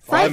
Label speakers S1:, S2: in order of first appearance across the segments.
S1: Five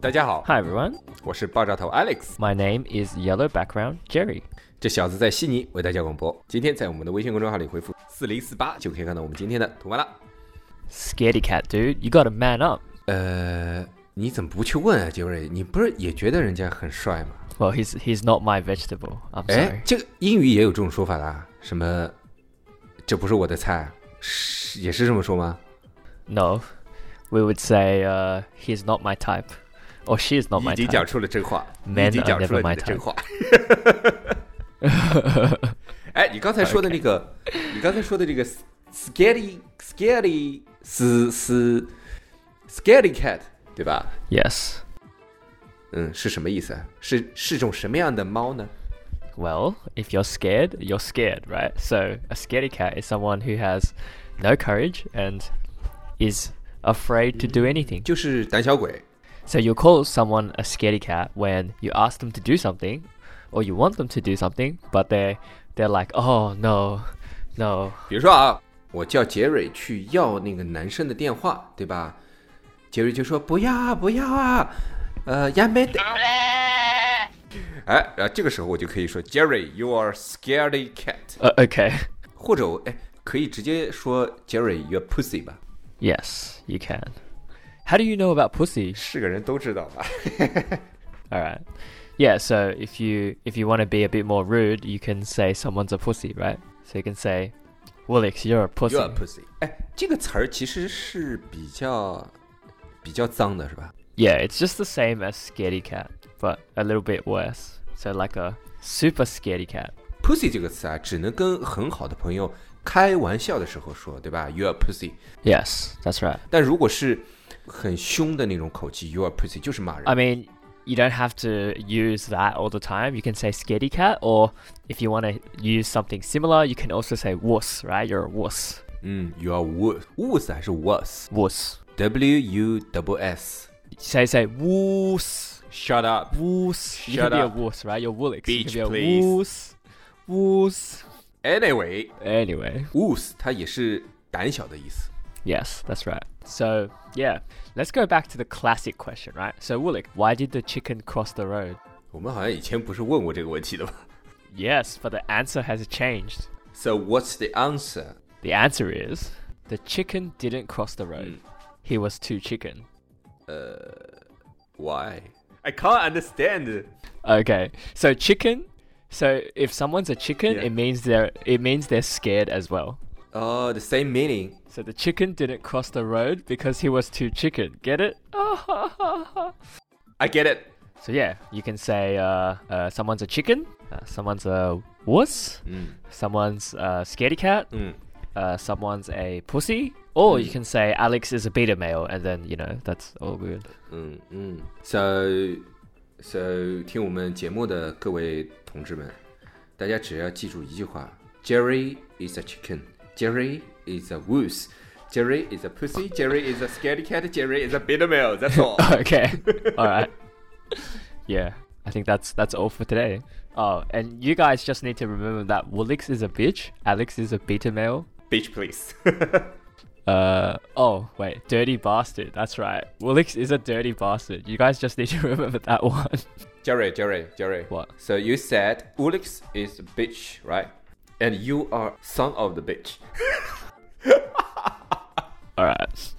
S2: 大家好，
S3: Hi everyone,
S2: 我是爆炸头 Alex。
S3: my name is Yellow Background Jerry.
S2: 这小子在悉尼为大家广播。今天在我们的微信公众号里回复四零四八，就可以看到我们今天的图文了。
S3: Scaredy cat, dude, you gotta man up.
S2: 呃，你怎么不去问啊，杰瑞？你不是也觉得人家很帅吗？
S3: Well, he's he's not my vegetable. I'm
S2: 哎
S3: sorry.，
S2: 这个英语也有这种说法啦，什么这不是我的菜，啊是也是这么说吗？
S3: No, we would say uh, he's not my type, or she's not
S2: 你
S3: my
S2: 已经讲
S3: type.
S2: 出了真话，你
S3: Men
S2: 已经
S3: are
S2: 讲
S3: never
S2: 出了你
S3: my
S2: 的真话。哎，你刚才说的那个，你刚才说的这个 scary scary 是是 scary cat 对吧？
S3: Yes.
S2: 嗯，是什么意思啊？是是种什么样的猫呢？
S3: Well, if you're scared, you're scared, right? So a scaredy cat is someone who has no courage and is afraid to do anything.
S2: 就是胆小鬼。
S3: So you'll call someone a scaredy cat when you ask them to do something or you want them to do something, but they they're like, "Oh no. No.
S2: 比如说啊，我叫杰瑞去要那个男生的电话，对吧？杰瑞就说不要啊，不要啊，呃，呀没得。哎，然后这个时候我就可以说 Jerry，you are scaredy cat，
S3: Uh, okay.
S2: 或者我哎可以直接说 Jerry，you are pussy 吧，
S3: Yes, you can. How do you know about pussy?
S2: 是个人都知道吧？
S3: All right. Yeah, so if you if you want to be a bit more rude, you can say someone's a pussy, right? So you can say, "Woolix, you're a pussy."
S2: You are pussy。哎，这个词儿其实是比较比较脏的，是吧？
S3: Yeah, it's just the same as scaredy cat, but a little bit worse. So like a super scaredy cat.
S2: pussy 这个词啊，只能跟很好的朋友开玩笑的时候说，对吧？You are pussy。
S3: Yes, that's right.
S2: 但如果是很凶的那种口气，you are pussy 就是骂人。
S3: I mean, you don't have to use that all the time. You can say scaredy cat, or if you want to use something similar, you can also say wuss, right? You're a wuss.
S2: 嗯，you are wuss wuss 还是 was
S3: Wuss.
S2: w u w s
S3: Say, say wuss.
S2: shut up
S3: Wuss. You can
S2: Shut
S3: be a
S2: up.
S3: wuss, right? You're Woolix. you
S2: Bitch,
S3: can be a
S2: please.
S3: wuss. Wuss.
S2: anyway
S3: Anyway,
S2: wuss 它也是胆小的意思。
S3: yes, that's right. So, yeah, let's go back to the classic question, right? So, Woolix, why did the chicken cross the road?
S2: 我们好像以前不是问过这个问题的吧
S3: Yes, but the answer has changed.
S2: ？So what's the answer？
S3: The answer is the chicken didn't cross the road. He was too chicken.
S2: Why? I can't understand.
S3: Okay, so chicken. So if someone's a chicken,
S2: Yeah.
S3: it means they're it means they're scared as well.
S2: Oh, the same meaning.
S3: So the chicken didn't cross the road because he was too chicken. Get it? so
S2: I get it.
S3: yeah, you can say uh, uh, someone's a chicken, uh, someone's a wuss,
S2: 嗯
S3: someone's a scaredy cat,
S2: Mm.
S3: uh, someone's a pussy, or you can say Alex is a beta male, and then you know that's all good.
S2: 嗯嗯，so so 听我们节目的各位同志们，大家只要记住一句话：Jerry is a chicken, Jerry is a wuss, Jerry is a pussy, Jerry is a scaredy cat, Jerry is a bitter male. That's all.
S3: okay. All right. Yeah. I think that's that's all for today. Oh, and you guys just need to remember that Woolix is a bitch, Alex is a beta male.
S2: Bitch, please.
S3: Uh oh, wait, dirty bastard. That's right. Woolix is a dirty bastard. You guys just need to remember that one.
S2: Jerry, Jerry, Jerry.
S3: What?
S2: So you said Ulix is a bitch, right? And you are son of the bitch.
S3: All right.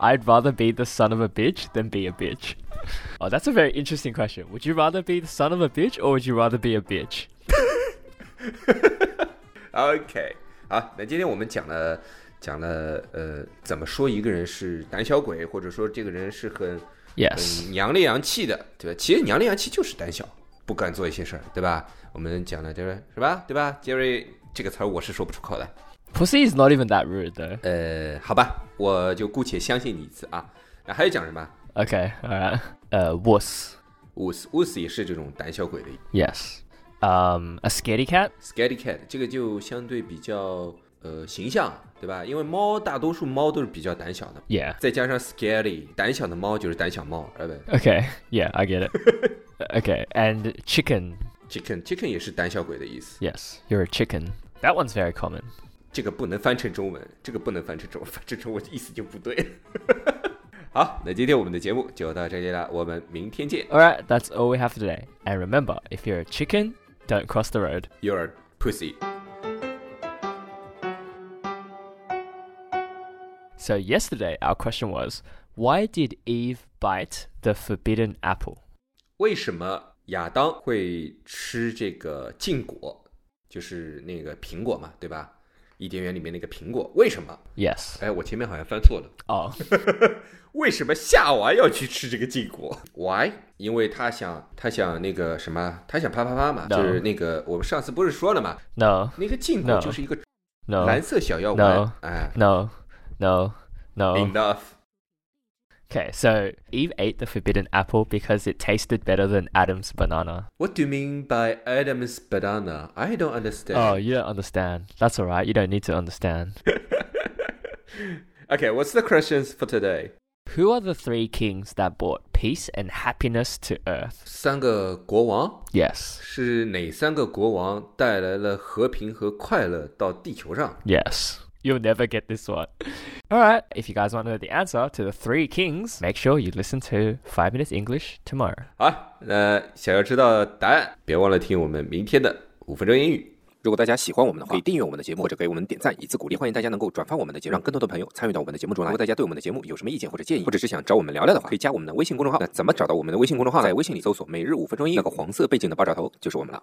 S3: I'd rather be the son of a bitch than be a bitch. Oh, that's a very interesting question. Would you rather be the son of a bitch or would you rather be a bitch?
S2: OK，好，那今天我们讲了讲了呃，怎么说一个人是胆小鬼，或者说这个人是很
S3: Yes.
S2: 很娘里洋气的，对吧？其实娘里洋气就是胆小，不敢做一些事儿，对吧？我们讲了这个是吧？对吧？Jerry 这个词儿我是说不出口的，
S3: Pussy is not even that rude though.
S2: 呃，好吧，我就姑且相信你一次啊。那还有讲什么？
S3: Okay, all right. Uh, wuss.
S2: Wuss wuss 也是这种胆小鬼的
S3: Yes. Um, a scaredy cat.
S2: scaredy cat，这个就相对比较呃形象，对吧？因为猫大多数猫都是比较胆小的，
S3: Yeah.
S2: 再加上 scaredy，胆小的猫就是胆小猫，哎对不对
S3: Okay. Yeah, I get it. okay, and chicken.
S2: ？chicken chicken 也是胆小鬼的意思，
S3: Yes, you're a chicken. That one's very common.
S2: 这个不能翻成中文，这个不能翻成中文，翻成中文意思就不对。 好，那今天我们的节目就到这里了，我们明天见。
S3: All right, that's all we have today. And remember, if you're a chicken, don't cross the road.
S2: You're a pussy。
S3: So yesterday, our question was, why did Eve bite the forbidden apple?
S2: 为什么亚当会吃这个禁果，就是那个苹果嘛，对吧？伊甸园里面那个苹果，为什么？
S3: Yes.
S2: 哎，我前面好像翻错了。
S3: Oh,
S2: 为什么夏娃要去吃这个禁果？Why？因为他想，他想那个什么，他想啪啪啪嘛
S3: No
S2: 就是那个我们上次不是说了嘛，
S3: no,
S2: 那个禁果
S3: No
S2: 就是一个
S3: no,
S2: 蓝色小药丸
S3: No
S2: 哎
S3: no, no, no.
S2: ，enough，
S3: Okay, so Eve ate the forbidden apple because it tasted better than Adam's banana.
S2: What do you mean by Adam's banana? I don't understand.
S3: Oh, you don't understand. That's all right. You don't need to understand.
S2: Okay, what's the questions for today?
S3: Who are the three kings that brought peace and happiness to earth?
S2: 三个国王
S3: Yes.
S2: 是哪三个国王带来了和平和快乐到地球上？
S3: Yes. You'll never get this one. All right. If you guys want to know the answer to the three kings, make sure you listen to 5 Minutes English tomorrow.
S2: 好，那想要知道答案，别忘了听我们明天的五分钟英语。
S4: 如果大家喜欢我们的话，可以订阅我们的节目，或者给我们点赞以资鼓励。欢迎大家能够转发我们的节目，让更多的朋友参与到我们的节目中来。如果大家对我们的节目有什么意见或者建议，或者是想找我们聊聊的话，可以加我们的微信公众号。那怎么找到我们的微信公众号？在微信里搜索“每日五分钟英语”，那个黄色背景的爆炸头就是我们了。